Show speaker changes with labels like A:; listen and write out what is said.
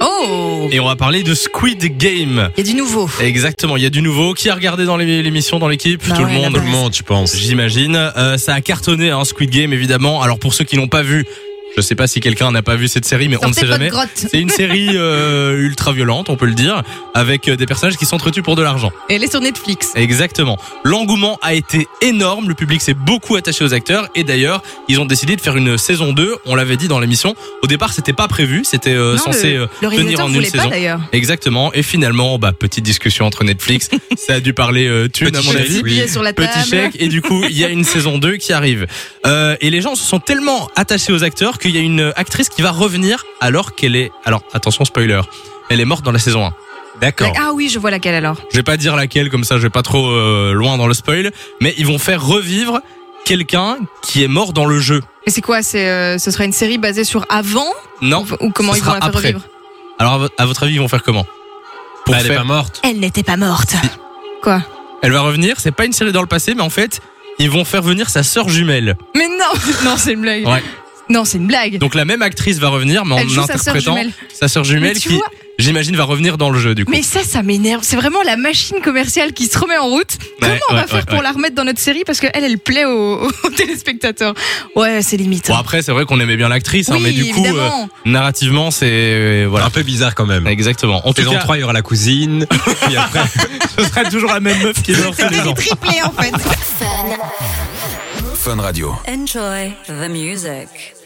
A: Oh
B: Et on va parler de Squid Game.
A: Il y a du nouveau.
B: Exactement, il y a du nouveau. Qui a regardé dans les- l'émission, dans l'équipe
A: Bah
B: Tout
A: ouais,
B: le monde.
A: la base.
B: tu penses J'imagine. Euh, ça a cartonné, hein, Squid Game, évidemment. Alors pour ceux qui l'ont pas vu, je sais pas si quelqu'un n'a pas vu cette série, mais on ne
A: Sortez
B: sait
A: votre
B: jamais.
A: grotte.
B: C'est une série euh, ultra violente, on peut le dire, avec euh, des personnages qui s'entretuent pour de l'argent.
A: Elle est sur Netflix.
B: Exactement. L'engouement a été énorme, le public s'est beaucoup attaché aux acteurs et d'ailleurs, ils ont décidé de faire une saison 2, on l'avait dit dans l'émission. Au départ, c'était pas prévu, c'était euh,
A: Non,
B: censé
A: le,
B: euh,
A: le
B: tenir
A: réalisateur
B: en une
A: voulait pas
B: saison.
A: d'ailleurs.
B: Exactement. Et finalement, bah, petite discussion entre Netflix. ça a dû parler euh, thune,
C: Petit
B: à mon
C: chèque,
B: avis.
A: Petit billet sur la table.
B: Petit chèque. Et du coup, il y a une saison 2 qui arrive. Euh, et les gens se sont tellement attachés aux acteurs qu'il y a une actrice qui va revenir alors qu'elle est. Alors, attention, spoiler. Elle est morte dans la saison 1. D'accord.
A: Ah oui, je vois laquelle alors.
B: Je vais pas dire laquelle, comme ça, je vais pas trop euh, loin dans le spoil. Mais ils vont faire revivre quelqu'un qui est mort dans le jeu.
A: Mais c'est quoi C'est euh, ce sera une série basée sur avant
B: Non.
A: ou- ou comment
B: ce
A: ils vont
B: sera
A: la faire
B: après.
A: revivre
B: Alors, à vo- à votre avis, ils vont faire comment Pour
C: Bah, Elle est
B: faire-
C: pas morte.
A: Elle n'était pas morte. Quoi
B: Elle va revenir, c'est pas une série dans le passé, mais en fait, ils vont faire venir sa sœur jumelle.
A: Mais non, non, c'est une blague.
B: Ouais.
A: Non, c'est une blague.
B: Donc la même actrice va revenir, mais en
A: Elle joue sa sœur
B: interprétant
A: jumelle.
B: sa sœur
A: Mais
B: jumelle,
A: tu
B: qui,
A: vois-
B: j'imagine, va revenir dans le jeu du coup.
A: Mais ça, ça m'énerve. C'est vraiment la machine commerciale qui se remet en route. Comment on
B: ouais,
A: va
B: ouais,
A: faire pour
B: ouais.
A: la remettre dans notre série Parce qu'elle, elle plaît aux, aux téléspectateurs. Ouais, c'est limite.
B: Bon après, c'est vrai qu'on aimait bien l'actrice, hein,
A: Oui,
B: mais du coup,
A: évidemment.
B: euh, narrativement, c'est euh, voilà.
C: Un peu bizarre quand même.
B: Exactement. En tout
C: Saison
B: cas,
C: 3, il y aura la cousine. puis après,
B: ce sera toujours la même meuf qui est morte tous les ans.
A: triplé en fait.
D: Enjoy the music.